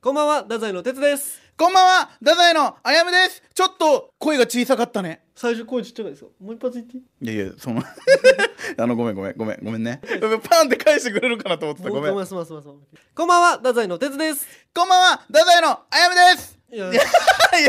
こんばんは、太宰の哲です。こんばんは太宰のあやむですちょっと声が小さかったね最初声ちっちゃかったですよ。もう一発言っていいいやいやその あのごめんごめんごめんごめんねパンって返してくれるかなと思ってたもごう めんもうすますますますこんばんは、太宰の哲です。こんばんは太宰のあやむです いやい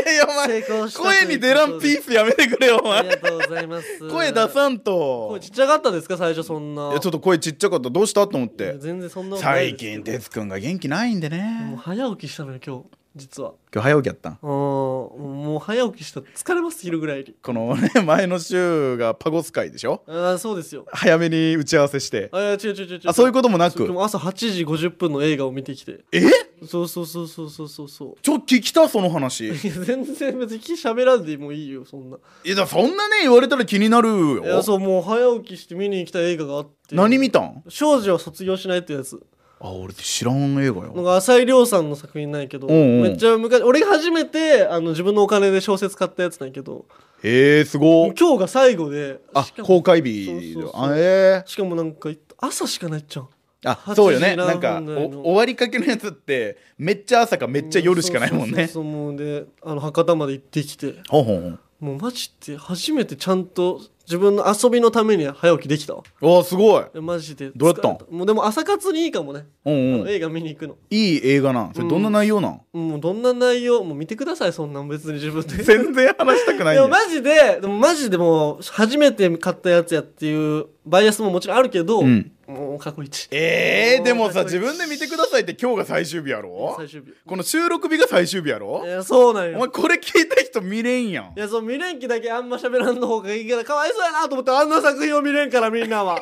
やいやお成前功したということ声でに出らんピースやめてくれよおあり前がとうございます。声出さんと声ちっちゃかったですか、最初そんな。いやちょっと声ちっちゃかったどうしたと思っいやて全然そんなことない最ですよ近哲くんが元気ないんでもうね早起きしたのよ、今日、実は。今日早起きやったんうん、もう早起きした。疲れます、昼ぐらいに。このね前の週がパゴス会でしょああ、そうですよ。早めに打ち合わせしてあ、いや違う違う違う違う。あそういうこともなくでも朝8時50分の映画を見てきて。えそうそうそうそうそうそうそう。 ちょっと聞きたその話いや全然別に喋らんでもいいよそんないやだそんなね言われたら気になるいやよそうもう早起きして見に行きたい映画があって何見たん少女は卒業しないってやつあ俺って知らん映画なんよか浅井亮さんの作品なんやけどうんうんめっちゃ昔俺が初めてあの自分のお金で小説買ったやつなんやけどえー、すごもうっ今日が最後であしかも公開日そうそうそうあえしかもなんか朝しかないっちゃうー、 8あそうよね時何なんか分だよお終わりかけのやつってめっちゃ朝かめっちゃ夜しかないもんねそうそうそうもうであの博多まで行ってきてほうほうもうマジで初めてちゃんと自分の遊びのために早起きできたわほうわすごいいやマジでどうやったん疲れもうでも朝活にいいかもねうんうんい映画見に行くのい映画なんそれどんな内容なん、もうどんな内容もう見てくださいそんなん別に自分で 全然話したくなでいんだもよマジででもマジでもう初めて買ったやつやっていうバイアスももちろんあるけど、うんもう過去一えー、でもさもう自分で見てくださいって今日が最終日やろ最終日この収録日が最終日やろいやそうなんおよ前これ聞いた人見れんやんいやそう未練期だけあんま喋らんの方がいいからかわいそうやなと思ってあんな作品を見れんからみんな は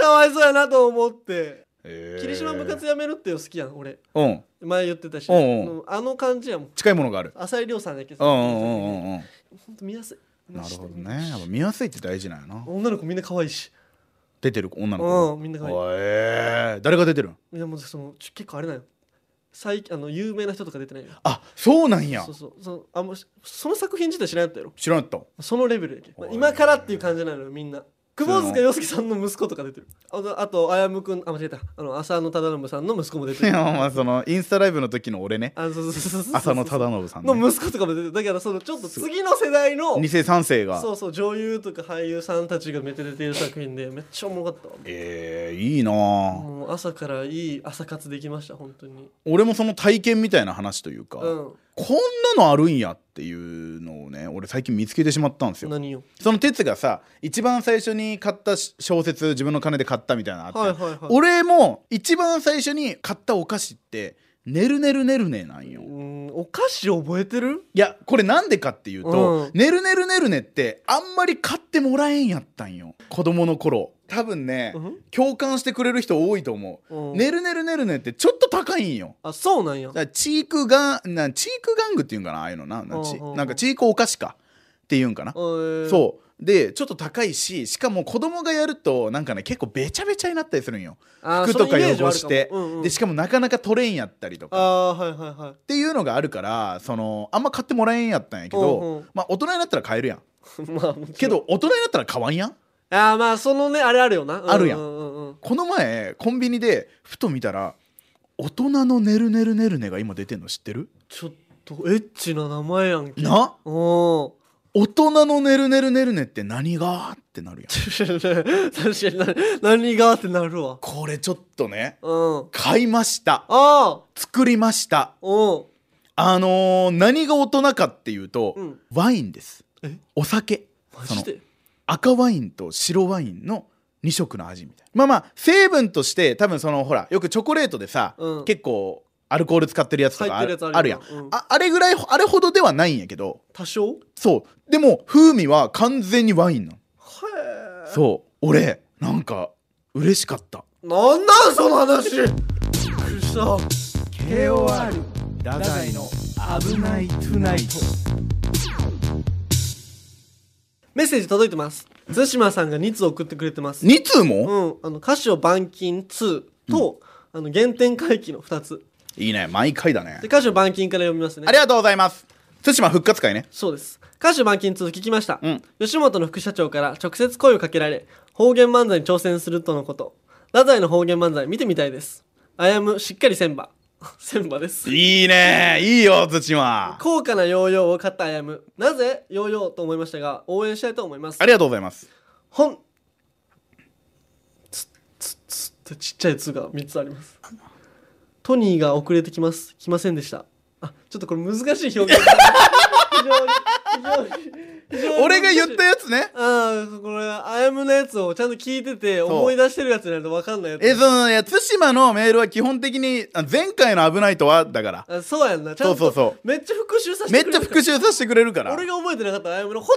かわいそうやなと思って霧島部活やめるってよ好きやん俺うん前言ってたし、うんうんもうあの感じやもん近いものがある浅井亮さんだっけうんうんうんうんうんほんと見やすいなるほどねやっぱ見やすいって大事なんやな女の子みんな可愛いし出てる女の子うんみんな可愛いおえー誰が出てるんいやもうそのちょ結構あれなんよ最あの有名な人とか出てないよあそうなんやそうそうそのあんましその作品自体知らんやったやろ知らんやったそのレベルやけ、まあおい今からっていう感じなのよみんな窪塚洋介さんの息子とか出てるあとあとあやむくんあ間違えたあの浅野忠信さんの息子も出ているやまあそのインスタライブの時の俺ねあそうそうそうそうそう浅野忠信さんねの息子とかも出てるだからそのちょっと次の世代の二世三世がそうそう女優とか俳優さんたちがめっちゃ出てる作品でめっちゃおもろかったわえー、いいなあもう朝からいい朝活できました本当に俺もその体験みたいな話というか、うんこんなのあるんやっていうのをね俺最近見つけてしまったんですよ何よその哲がさ一番最初に買ったし小説自分の金で買ったみたいなのあって、はいはいはい俺も一番最初に買ったお菓子って「ねるねるねるね」なんよ、うーいんお菓子覚えてるやこれなんでかっていううんと「ねるねるねるね」ってあんまり買ってもらえんやったんよ子供の頃多分ね、うん共感してくれる人多いと思ううん「ねるねるねるね」ってちょっと高いんよあそうなんやだからチークガンなチーク玩具っていうんかなああいうのななんかチうんうんうんなんかチークお菓子かっていうんかなそそうでちょっと高いししかも子供がやるとなんかね結構べちゃべちゃになったりするんようん服とか汚して、でしかかもなかなか取れんやったりとかっあーはいはいはいていうのがあるからそのあんま買ってもらえんやったんやけど、うんうんまあ大人になったら買えるやん まあもちろんけど大人になったら買わんやんあーまあそのねあれあるよなあるやんううんうんこの前コンビニでふと見たら大人のねるねるねるねが今出てんの知ってるちょっとエッチな名前やんけなおー大人のねるねるねるねって何がってなるやん確かに な何がってなるわこれちょっとねうんあ買いましたあ作りましたおうあのー何が大人かっていうと、うんワインですえお酒マそのジで赤ワインと白ワインの2色の味みたいなまあまあ成分として多分そのほらよくチョコレートでさ、うん結構アルコール使ってるやつとかあ入るってるやつああるるやよん、うんああれぐらいあれほどではないんやけど多少へそうでも風味は完全にワインなのえそう俺なんか嬉しかったなんなんその話び っくりした KOR ダダイの「危ないトゥナイト」メッセージ届いてます対馬さんが2通送ってくれてます2通も、うん、あの歌詞を板金2と、あの原点回帰の2ついいね毎回だねで歌詞を板金から読みますねありがとうございます対馬復活会ねそうです歌詞を板金2聞きました、うん吉本の副社長から直接声をかけられ方言漫才に挑戦するとのこと太宰の方言漫才見てみたいですあやむしっかりせんば 千葉ですいいねいいよ土は高価なヨーヨーを買ったあやむなぜヨーヨーと思いましたが応援したいと思いますありがとうございます本つつつってちっちゃい「つ」が3つありますトニーが遅れてきます来ませんでしたあちょっとこれ難しい表現非常に非常に非常に俺が言ったよやつねああこれあやむのやつをちゃんと聞いててそう思い出してるやつになると分かんないやつえそのいや対馬のメールは基本的にあ前回の「危ないとは」だからあそうやんなちゃんとそうそうそうめっちゃ復習させめてくっちれゃる復習させてくれるから俺が覚えてなかったあやむの「ほっ」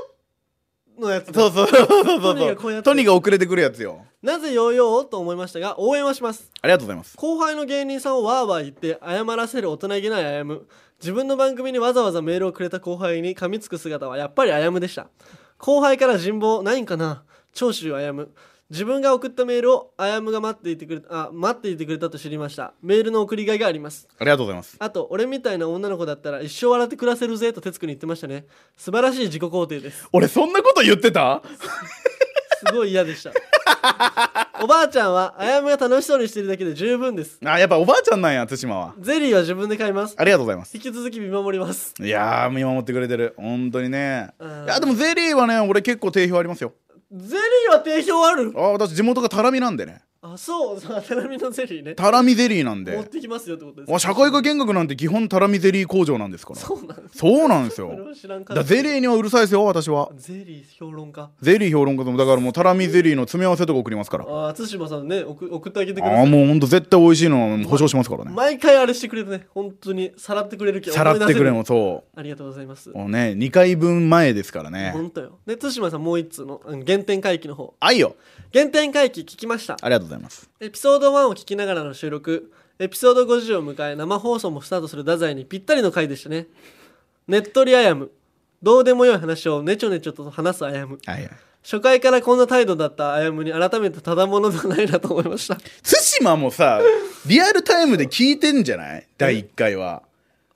のやつだそうそうそうそトうニーそがこうやうってトニーが遅れてくるやつよなぜヨーヨーをと思いましたが応援はしますありがとうございます後輩の芸人さんをわーわー言って謝らせる大人げないあやむ自分の番組にわざわざメールをくれた後輩に噛みつく姿はやっぱりあやむでした後輩から人望ないんかな長州あやむ自分が送ったメールをあやむが待っていてくれたあ待っていてくれたと知りましたメールの送りがいがありますありがとうございますあと俺みたいな女の子だったら一生笑って暮らせるぜと哲くに言ってましたね素晴らしい自己肯定です俺そんなこと言ってたすごい嫌でしたおばあちゃんはあやむが楽しそうにしてるだけで十分ですあやっぱおばあちゃんなんや対馬はゼリーは自分で買いますありがとうございます引き続き見守りますいやー見守ってくれてる本当にねうんいやでもゼリーはね俺結構定評ありますよゼリーは定評あるあー私地元がタラミなんでねあそうそう渡辺のゼリーねタラミゼリーなん持っでてきますよってことですあ社会科見学なんて基本タラミゼリー工場なんですからそうなんですそうなんですそれよは知らんかだったゼリーにはうるさいですよ私はゼリー評論家ゼリー評論家ともだからもうタラミゼリーの詰め合わせとか送りますからあああ対馬さんね送送ってあげてくだあさーいもうほんと絶対美味しいの保証しますからね毎回あれしてくれるね本当にさらってくれるけどさらってくれ思い出もそせるありがとうございますうもうね2回分前ですからね本当よで対馬さんもう一通のあの原点回帰の方愛よ原点回帰聞きましたありがとうございますエピソード1を聞きながらの収録エピソード50を迎え生放送もスタートする太宰にぴったりの回でしたねねっとりあやむどうでもよい話をねちょねちょと話すあやむはいはい初回からこんな態度だったあやむに改めてただものではないなと思いました対馬もさリアルタイムで聞いてんじゃない第1回は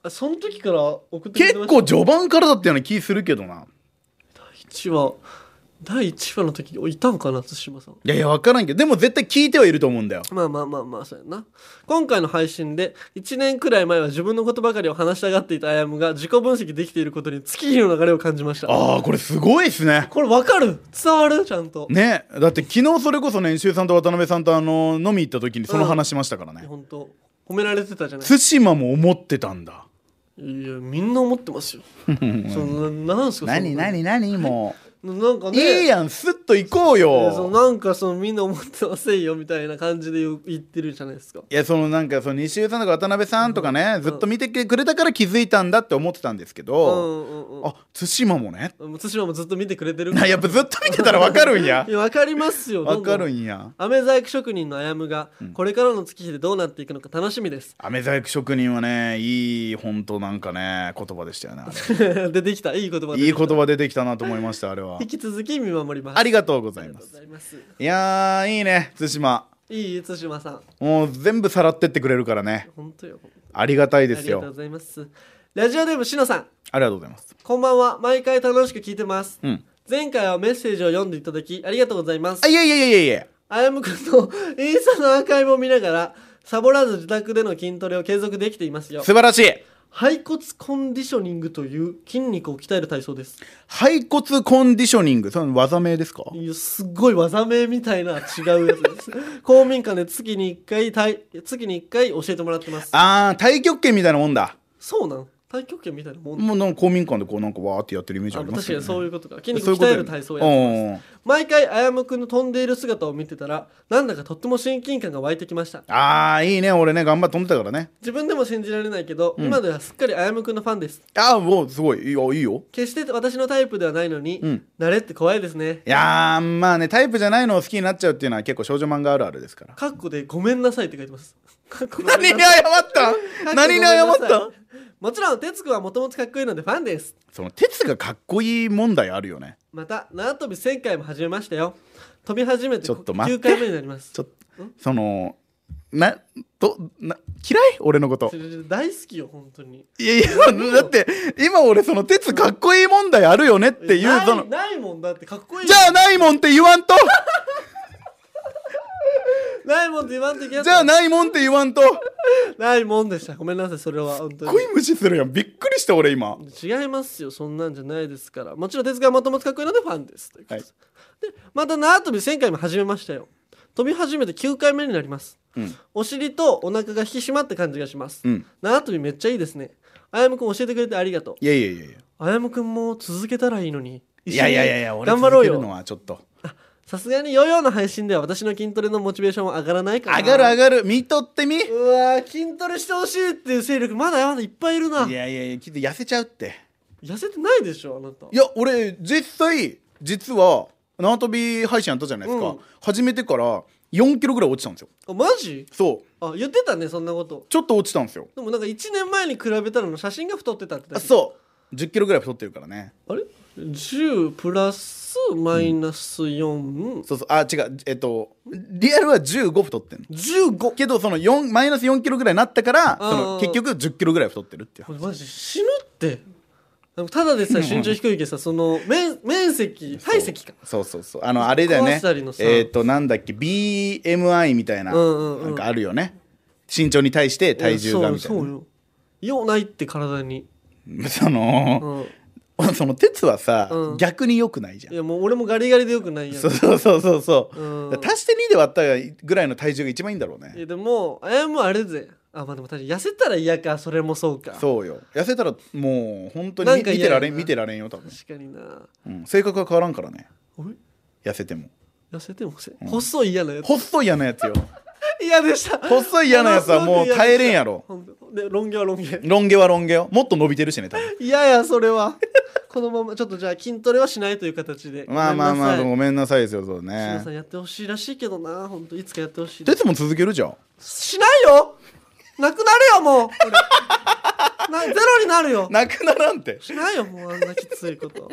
あその時から送ってくれて結ました構序盤からだったような気するけどな1話第1話の時いたんかな対馬さんいやいや分からんけどでも絶対聞いてはいると思うんだよまあまあまあまあそうやな今回の配信で1年くらい前は自分のことばかりを話したがっていたあやむが自己分析できていることに月日の流れを感じましたああこれすごいっすねこれ分かる伝わるちゃんと、ねだって昨日それこそ年収さんと渡辺さんとあの飲み行った時にその話しましたからねほんと褒められてたじゃない対馬、も思ってたんだいやみんな思って ますよそのななんすかその何もなんか う、ねいいやんスッと行こうえーそのよなんかそのみんな思ってませんよみたいな感じで言う言ってるじゃないですかいやそのなんかその西尾さんとか渡辺さんとかね、ずっと見てくれたから気づいたんだって思ってたんですけうど、んうんうんあ対馬もね もう対馬もずっと見てくれてるやっぱずっと見てたら分かるんやいや分かりますよ分かるよんや飴細工職人のあやむが、これからの月日でどうなっていくのか楽しみです 飴細工職人はねいい本当なんかね言葉でしたよねあれ出てきたいい言葉いい言と葉出てきたなと思いましたあれは引き続き見守りますありがとうございありまがとすうございますいやーいいね対馬いい対馬さんもう全部さらってってくれるからね本当よありがたいであすりがとうごよざいます。ラジオネームしのさん、ありがとうございますこんばんは。毎回楽しく聞いてます。うん前回はメッセージを読んでいただきありがとうございますあ。いやいやいやいやいやあやむくんのインスタのアーカイブを見ながら、サボらず自宅での筋トレを継続できていますよ素。晴らしい背骨コンディショニングという筋肉を鍛える体操です。背骨コンディショニングその技名ですかいやすっごい技名みたいな違うやつ です。公民館で月に1回体、月に1回教えてもらってます。あー太極拳みたいなもんだそうなん太極拳みたいなもん。もうなんか公民館でこうなんかわーってやってるイメージあありま確すかよにねそういうことか。筋肉そういうこ鍛えとよねる体操やってます。うん毎回あやむくんの飛んでいる姿を見てたらなんだかとっても親近感が湧いてきましたあーいいね俺ね頑張って飛んでたからね自分でも信じられないけど、今ではすっかりあやむくんのファンですああもうすごいいいよいいよ決して私のタイプではないのに、ん慣れって怖いですねいやーまあねタイプじゃないのを好きになっちゃうっていうのは結構少女漫画あるあるで すからカッコでごめんなさいって書いてますカッコごめんな 何さにい謝った 何に謝カッコごめんっなさいたもちろん哲くんはもともとかっこいいのでファンですその鉄がかっこいい問題あるよねまた縄跳び1000回も始めましたよ飛び始めてちょっと待っ9て回目になりますちょっとそのなどな嫌い俺のことそれ大好きよ本当にいやいやだって今俺その鉄かっこいい問題あるよねっていうなその いないもんだってかっこいいじゃあないもんって言わんとないもんって言わんといけないじゃあないもんって言わんとないもんでしたごめんなさいそれは本当に恋無視するやんびっくりした俺今違いますよそんなんじゃないですからもちろん手塚はもともとかっこいいのでファンですということです、でまた縄跳び1000回も始めましたよ飛び始めて9回目になりますうんお尻とお腹が引き締まった感じがします、うん縄跳びめっちゃいいですねあやむくん教えてくれてありがとういやいやいやいやあやむくんも続けたらいいのにいやいやいやいや俺頑張ろう続けるのよはちょっとさすがにヨーヨーの配信では私の筋トレのモチベーションは上がらないから上がる上るがる見とってみいうわー筋トレしてほしいっていう勢力まだまだいっぱいいるなやいやいやきっと痩せちゃうって痩せてないでしょあなたいや俺実際実は縄跳び配信やったじゃないですか、うん始めてから4キロぐらい落ちたんですよあマジそうあ言ってたねそんなことちょっと落ちたんですよでもなんか1年前に比べたらの写真が太ってたってだあけそう1 0キロぐらい太ってるからねあれ10プラスマイナス415そうそうあ違うえっとリアルは15太ってんのけどその4マイナス4キロぐらいになったからうんその結局1 0キロぐらい太ってるっていうこれマジ死ぬってなんかただでさえ身長低いけどさその面面積体積かそうそうそうあのあれだよ壊ねしたりのさえっ、となんだっけ BMI みたいな、うんうんうんなんかあるよね身長に対して体重がみたいそうそうなよ用ないって体に、その、うん、その鉄はさ、うん逆に良くないじゃいんやもう俺もガリガリでよくないやんそうそうそうそうそう、うんだから足して2で割ったぐらいの体重が一番いいんだろういねやでもあやもあれぜあまあでも確かに痩せたら嫌かそれもそうかそうよ痩せたらもう本当なにん見か見嫌やてなられん見てられんよ多分、確かになうん、性格は変わらんからねあれ痩せても痩せてもせ細い嫌な やつ細い嫌なやつよ嫌でした細い嫌な やつはもう耐えれんやろほんとでロン毛はロン毛ロン毛はロン毛よもっと伸びてるしね多分嫌やそれ はこのままちょっとじゃあ筋トレはしないという形でまあまあまあごめんなごめんなさいですよそさうい志ね麻さんやってほしいらしいけどな本当いつかやってほしい鉄も続けるじゃんしないよなくなるよもう俺なゼロになるよなくならんてしないよもうあんなきついこと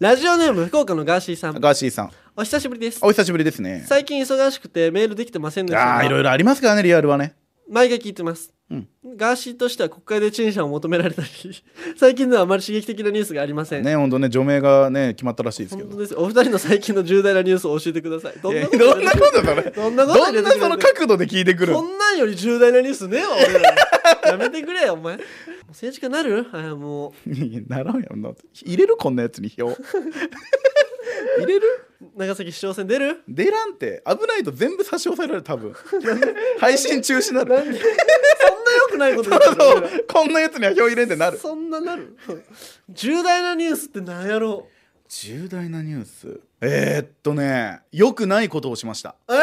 ラジオネーム福岡のガーシーさんガーシーさんお久しぶりですお久しぶりですね最近忙しくてメールできてませんでしたがあーいろいろありますからねリアルはね毎回聞いてます、うんガーシーとしては国会で陳謝を求められたり 最近ではあまり刺激的なニュースがありません、ねほんとね除名がね決まったらしいですけ本当どですお二人の最近の重大なニュースを教えてくださいどんいなやこと どんなことだそれどんなことど入れんてなくれてその角度で聞いてくるこんなんより重大なニュースねえわ俺らやめてくれよお前もう政治家なるあーもいやならんやろな入れるこんなやつに票入れるう長崎市長選出る出らんって危ないと全部差し押さえられる 多分配信中止なるなんでそんな良くないこと言ってる俺らこんなやつには票入れんってなるそんななる重大なニュースってなんやろう重大なニュースえー、っとね良くないことをしましたえー、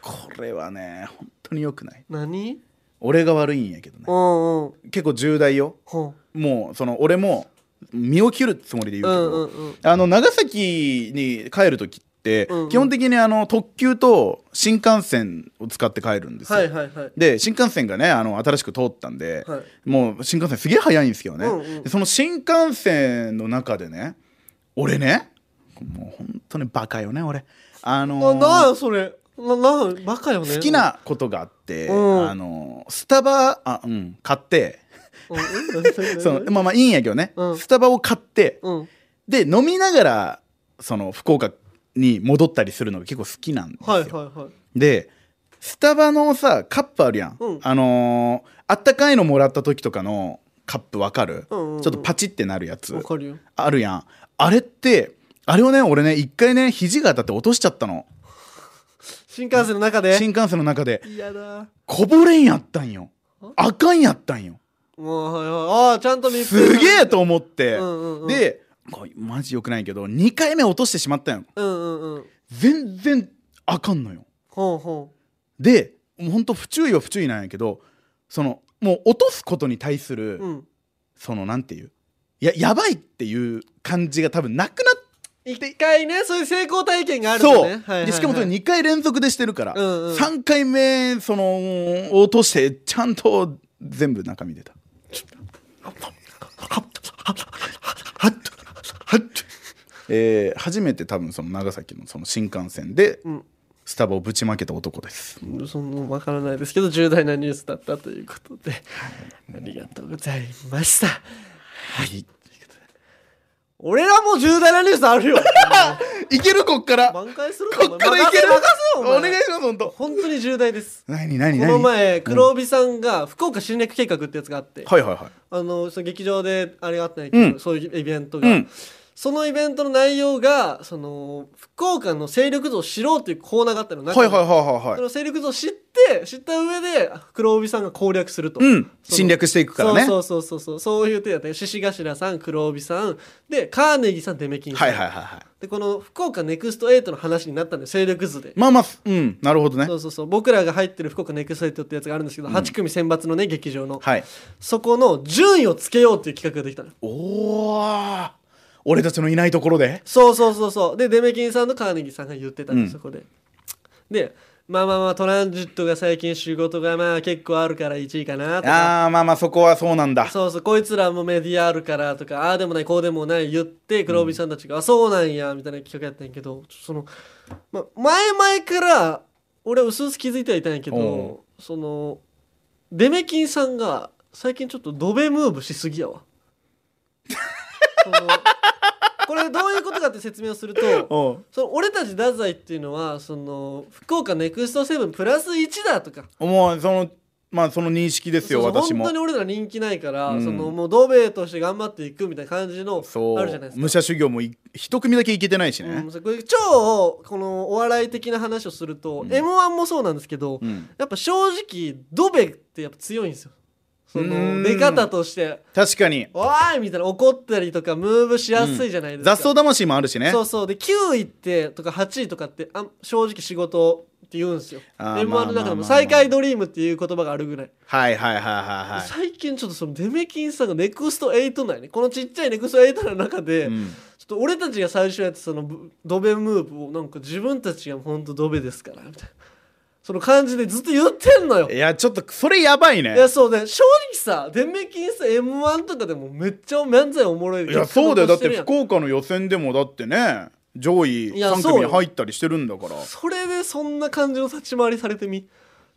これはね本当に良くない何俺が悪いんやけどうねんうん結構重大よほんもうその俺も身を切るつもりで言うけうど、んうんうんあの長崎に帰る時って、うんうん基本的にあの特急と新幹線を使って帰るんですよ、はいはいはいで新幹線がねあの新しく通ったんで、はいもう新幹線すげえ早いんですけどね、うんうんでその新幹線の中でね俺ねもう本当にバカよね俺ああのーなんやそれななんバカよね好きなことがあって、うんあのースタバあうん買ってうんそのまあまあいいんやけどね、うんスタバを買ってうんうんで飲みながらその福岡に戻ったりするのが結構好きなんですよ、はいはいはいでスタバのさカップあるやん、うんあのーあったかいのもらった時とかのカップわかる、うんうんうんちょっとパチってなるやつわかるよあるやんあれってあれをね俺ね一回ね肘が当たって落としちゃったの新幹線の中で新幹線の中で嫌だこぼれんやったんよんあかんやったんよもうはいはいああちゃんと密封すげえと思って、うんうんうんでこれマジよくないけど2回目落としてしまったんようんうんうん全然あかんのよほんほでもうほんと不注意は不注意なんやけどそのもう落とすことに対する、んうんそのなんていうややばいっていう感じが多分なくなっ一回ねそういう成功体験があるそう、のねはいはいはいでしかもそれ2回連続でしてるから、うんうん3回目その落としてちゃんと全部中身出たえー初めて多分その長崎のその新幹線でうんスタバをぶちまけた男です、そのわからないですけど重大なニュースだったということでありがとうございましたはい俺らも重大なニュースあるよ いけるこっから挽回するこっからいける任せ任おお前願いします本当本当に重大です何何こ何の前黒帯さんが福岡侵略計画ってやつがあって、はいはいはいあのその劇場であれがあったんやけど、うんそういうイベントが、うんそのイベントの内容がその福岡の勢力図を知ろうというコーナーがあったの中はいではいはいはいそはいの勢力図を知って知った上で黒帯さんが攻略すると、うんその侵略していくからねそうそうそうそうそういう手だったよ獅子頭さん黒帯さんでカーネギーさんデメキンさはん、いはいはいはでこの福岡ネクスト8の話になったんで勢力図でい。まあまあうんなるほどねそうそうそう僕らが入ってる福岡ネクスト8ってやつがあるんですけど、8組選抜のね劇場の、はいそこの順位をつけようっていう企画ができたのおー俺たちのいないところでそうそうそうそうでデメキンさんとカーネギーさんが言ってたんです、うんそこででまあまあまあトランジットが最近仕事がまあ結構あるから1位かなとかあーまあまあそこはそうなんだそうそうこいつらもメディアあるからとかああでもないこうでもない言って黒帯さんたちが、あそうなんやみたいな企画やったんやけどちょその、ま、前々から俺はうすうす気づいてはいたんやけどおそのデメキンさんが最近ちょっとドベムーブしすぎや わそのこれどういうことかって説明をするとおうその俺たち太宰っていうのはその福岡ネクストセブンプラス1だとかもうそのまあその認識ですよそうそう私も本当に俺ら人気ないから、うんそのもうドベとして頑張っていくみたいな感じのそうあるじゃないですか武者修行もい一組だけ行けてないしうねん、そうこれ超このお笑い的な話をすると、うん m 1もそうなんですけど、うんやっぱ正直ドベってやっぱ強いんですよそうーのん出方として確かに「おーい!」みたいな怒ったりとかムーブしやすいじゃないですか、雑草魂もあるしねそうそうで9位ってとか8位とかってあん正直仕事って言うんですよ m あー1まあの中でまあも「まあ最下位ドリーム」っていう言葉があるぐらいはいはいはいは最近ちょっとそのデメキンさんがネクスト8内ねこのちっちゃいネクスト8の中で、いはい、うんちょっと俺たちが最初やってたそのブドベムーブをなんか自分たちが本当ドベですからみたいなその感じでずっと言ってんのよいやちょっとそれやばいねいやそうね正直さデメキンさん m 1とかでもめっちゃ漫才おもろいいやそうだよだってるやん福岡の予選でもだってね上位いや3そう組よに入ったりしてるんだからそれでそんな感じの立ち回りされてみ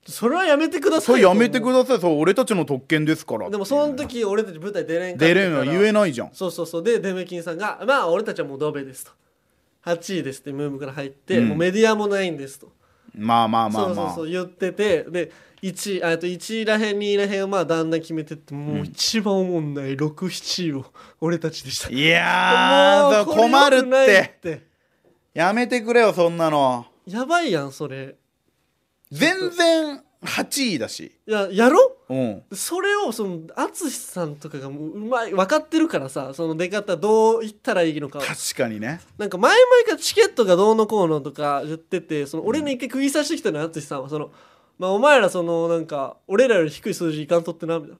それはやめてくださそいれよやめてくださいそう俺たちの特権ですからでもその時俺たち舞台出れんかった出かられんは言えないじゃんそうそうそうでデメキンさんが「まあ俺たちはもうドベです」と「8位です」ってムームから入って、うんもうメディアもないんですと、まあまあまあまあそうそうそう言っててで1位あと1位らへん2位らへんをまあだんだん決めてってもう一番おもんない67位を俺たちでした、いやーもうこれ困る良っくないてやめてくれよそんなのやばいやんそれ全然8位だしいややろうんそれをその淳さんとかがもううまい分かってるからさその出方どういったらいいのかを確かにねなんか前々からチケットがどうのこうのとか言っててその俺に一回釘刺してきたのよ淳さんはその、まあ、お前らそのなんか俺らより低い数字いかんとってなみたいな。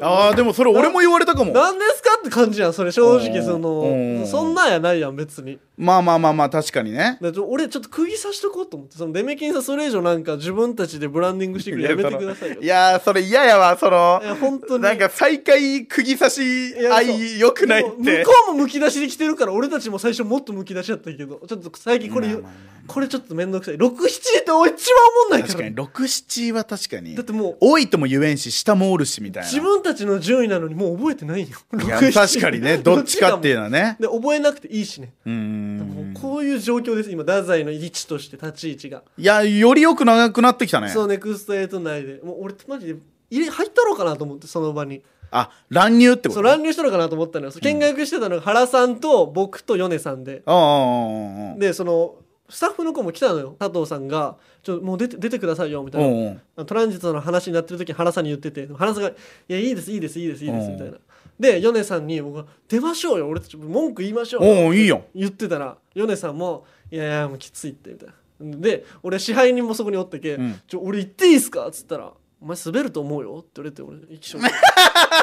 あーでもそれ俺も言われたかもなんですかって感じやんそれ正直そうんうのんそんなんやないやん別にまあまあまあまあ確かにねだからちょ俺ちょっと釘刺しとこうと思ってそのデメキンさんそれ以上なんか自分たちでブランディングしてくるやめてくださいよいやーそれ嫌やわそのいや本当になんか最下位釘刺しやそう愛よくないっでも向てこうもむき出しで来てるから俺たちも最初もっとむき出しやったけどちょっと最近これ言うまあまあまこれちょっと面倒くさい67って俺一番おもんない確かからに67は確かにだってもう多いとも言えんし下もおるしみたいな自分たちの順位なのにもう覚えてないよ いや67確かにねどっちかっていうのはねで覚えなくていいしねうーもうんこういう状況です今太宰の位置として立ち位置がいやよりよく長くなってきたねそうネクスト8内でもう俺マジで入れ入ったろうかなと思ってその場にあ乱入ってこそとうね乱入したのかなと思ったのよ、見学してたのが原さんと僕と米さんでああでそのスタッフの子も来たのよ佐藤さんが「ちょもう出て出てくださいよ」みたいな、トランジットの話になってる時に原さんに言ってて原さんが「いやいいですいいですいいですいいです」うんみたいなで米さんに僕が「出ましょうよ俺たち文句言いましょうよ」おおいいよ言ってたら米さんも「いやいやもうきついって」みたいなで俺支配人もそこにおってけ「うんちょ俺行っていいっすか?」っつったら「お前滑ると思うよ」って言われて俺一緒に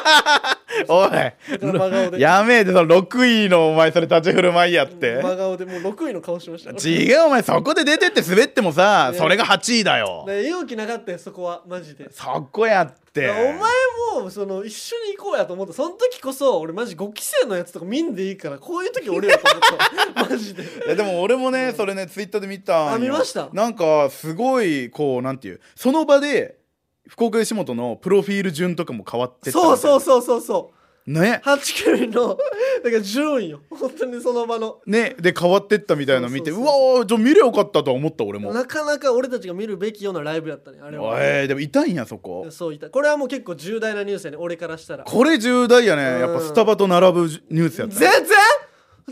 真お顔でい やめえでその6位のお前それ立ち振る舞いやって真顔でもう6位の顔しましたで違うお前そこで出てって滑ってもさねそれが8位だよ勇気なかったよそこはマジでそこやってお前もその一緒に行こうやと思ったその時こそ俺マジ5期生のやつとか見んでいいからこういう時俺やと思った マジでいやでも俺もね、それねツイッターで見たんよあ見ましたなんかすごいこうなんていうその場で福岡吉本のプロフィール順とかも変わってったそうそうそうそうそうね8組のだから順位よ本当にその場のねで変わってったみたいなの見てうそうそうそうわーじゃあ見れよかったとは思った俺もなかなか俺たちが見るべきようなライブやったねあれはえー、でもいたんやそこそういったこれはもう結構重大なニュースやね俺からしたらこれ重大やねやっぱスタバと並ぶニュースやったね全然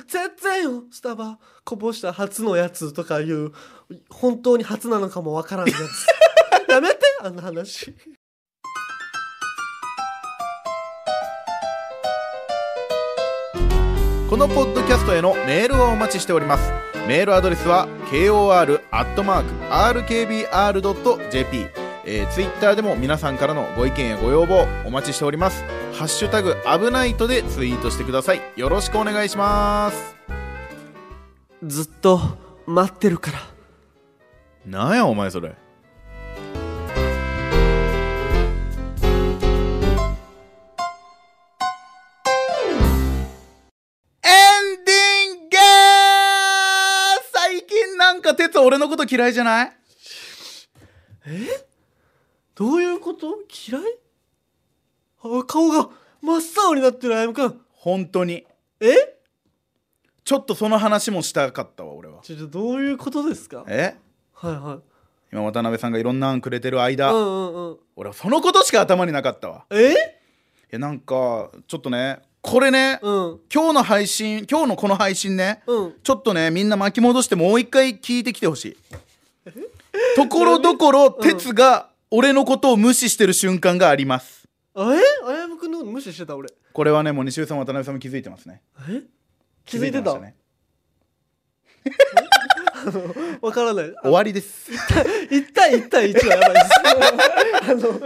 全然よスタバこぼした初のやつとかいう本当に初なのかもわからんや つやめてあんな話このポッドキャストへのメールをお待ちしておりますメールアドレスは kor.rkbr.jp えー、ツイッターでも皆さんからのご意見やご要望お待ちしておりますハッシュタグ危ないとでツイートしてくださいよろしくお願いしますずっと待ってるからなんやお前それエンディング最近なんか哲俺のこと嫌いじゃないどういうこと嫌いあ顔が真っ青になってるあやむくん本当にえちょっとその話もしたかったわ俺はちょっとどういうことですかえはいはい今渡辺さんがいろんな案くれてる間、うんうんうん俺はそのことしか頭になかったわえいやなんかちょっとねこれね、うん今日の配信今日のこの配信ね、うんちょっとねみんな巻き戻してもう一回聞いてきてほしいところどころ哲が俺のことを無視してる瞬間がありますあえあやむくんのこと無視してた俺これはねもう西尾さん渡辺さんも気づいてますねえ気づいてたましわ、ねからない 終わりです1対1対1はやばいですあの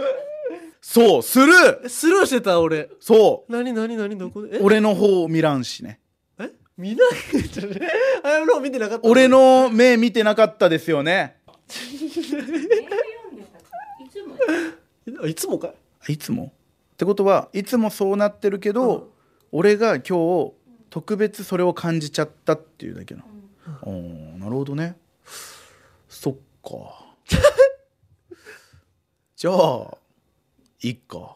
そうするえスルーしてた俺そう何何何どこでえ俺の方を見らんしねえ見ない ちょっとねあやむの方見てなかった俺の目見てなかったですよねメール読んでたからいつもよあいつもかいいつもってことはいつもそうなってるけど、うん俺が今日特別それを感じちゃったっていうだけな、おーなるほどねそっ かじゃあいいか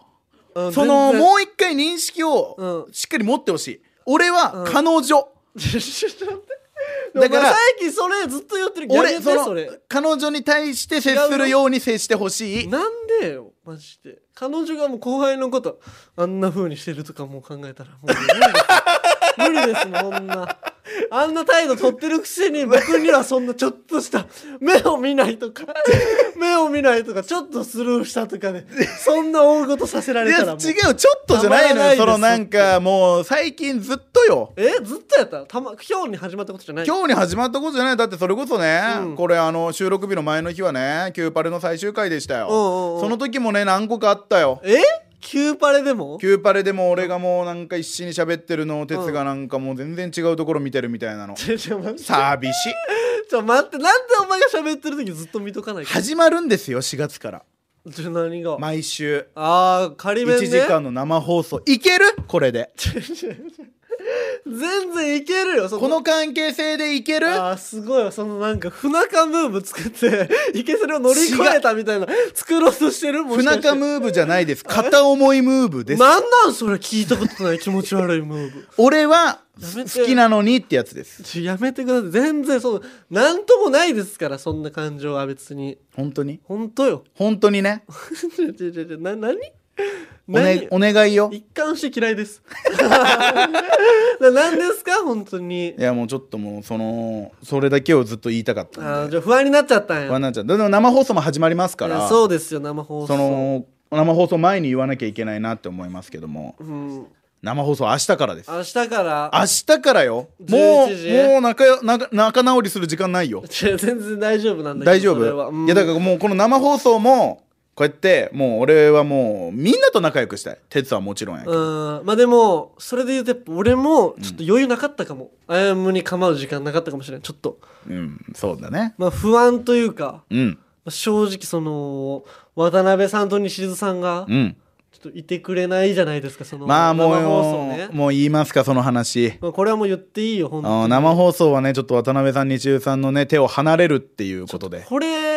あそ全の然もう一回認識をうんしっかり持ってほしい俺うはん彼女、ちょちょっと待ってだからお前最近それずっと言ってる俺逆そそのそれ彼女に対して接するように接してほしいなんでよマジで彼女がもう後輩のことあんな風にしてるとかもう考えたらもう無理です無理ですもんこんなあんな態度取ってるくせに僕にはそんなちょっとした目を見ないとか目を見ないとかちょっとスルーしたとかでそんな大事させらいれやたら違もううちょっとじゃないのよたそまのらなないですんかもう最近ずっとよえずっとやったたま今日に始まったことじゃない今日に始まったことじゃないだってそれこそね、うんこれあの収録日の前の日はね「キューパレ」の最終回でしたよおうおうおうその時もね何個かあったよえキューパレでもキューパレでも俺がもうなんか一緒に喋ってるのを哲がなんかもう全然違うところ見てるみたいなのちょちょ待って寂しいちょ待ってなんでお前が喋ってる時ずっと見とかないか始まるんですよ4月からちょ何が、毎週ああ仮1面ね時間の生放送いけるこれで全然いけるよそこの関係性でいけるあーすごいわそのなんか不仲ムーブ作って いけそれを乗り越えたみたいな作ろうとしてるも不しかして仲ムーブじゃないです片思いムーブですなんなんそれ聞いたことない気持ち悪いムー ブ俺はやめ好てきなのにってやつですちょやめてください全然そのなんともないですからそんな感情は別に本当にほんとよ 本当にねちょちょちょちょな何お,、ね、お願いよ一貫して嫌いです な何ですか本当にいやもうちょっともうそのそれだけをずっと言いたかったあーんでじゃあ不安になっちゃったんやわなちゃんでも生放送も始まりますかいらやそうですよ生放送その生放送前に言わなきゃいけないなって思いますけどもうん生放送明日からです明日から明日からよもう11時もう仲よ仲仲直りする時間ないよ違う全然大丈夫なんだ大け丈どそれは夫、うんいやだからもうこの生放送もこうやってもう俺はもうみんなと仲良くしたい哲はもちろんやけど、うんまあでもそれで言うとやっぱ俺もちょっと余裕なかったかも、あやむに構う時間なかったかもしれないちょっとうん、そうだねまあ不安というかうんまあ正直その渡辺さんと西津さんがうんちょっといてくれないじゃないですかそのまあも生放送う、ね、もう言いますかその話まあ、これはもう言っていいよ本当 あー生放送はねちょっと渡辺さん日中さんのね手を離れるっていうことでこれ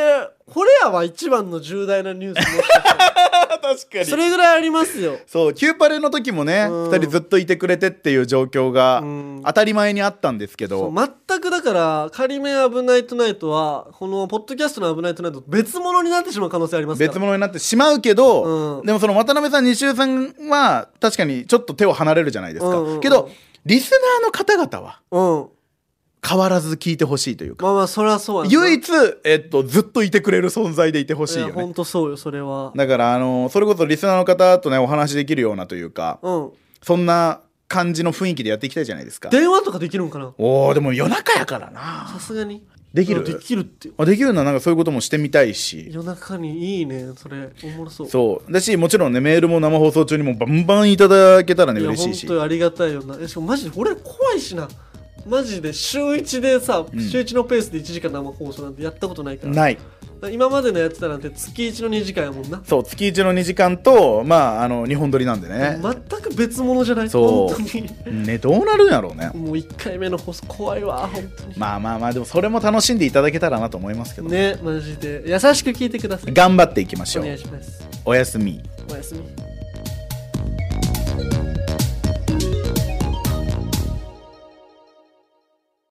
これやわ一番の重大なニュースもしかした ら確かにそれぐらいありますよそうキューパレの時もね、うん2人ずっといてくれてっていう状況がうん当たり前にあったんですけど、そう全くだから仮面危ないトゥナイトはこのポッドキャストの危ないトゥナイトと別物になってしまう可能性ありますから別物になってしまうけど、うんでもその渡辺さん西尾さんは確かにちょっと手を離れるじゃないですか、うんうんうんけどリスナーの方々はうん変わらず聞いてほしいというか、まあまあそれはそうやな唯一、えっと、ずっといてくれる存在でいてほしいよいやほねんとそうよそれはだから、あのそれこそリスナーの方とねお話しできるようなというかうんそんな感じの雰囲気でやっていきたいじゃないですか電話とかできるんかなおおでも夜中やからなさすがにできるうんできるってあできるななんかそういうこともしてみたいし夜中にいいねそれおもろそうそうだしもちろんねメールも生放送中にもバンバンいただけたらねいや嬉しいし本当にありがたいよなえしかもマジで俺怖いしなマジで週一でさ、ん週一のペースで1時間生放送なんてやったことないからない今までのやってたなんて月一の2時間やもんなそう月1の2時間とまああの2本撮りなんでね、全く別物じゃないそう本当にねどうなるんやろうねもう1回目の放送怖いわ本当にまあまあまあでもそれも楽しんでいただけたらなと思いますけど、ねマジで優しく聞いてください頑張っていきましおょう願いしますおやすみおやすみ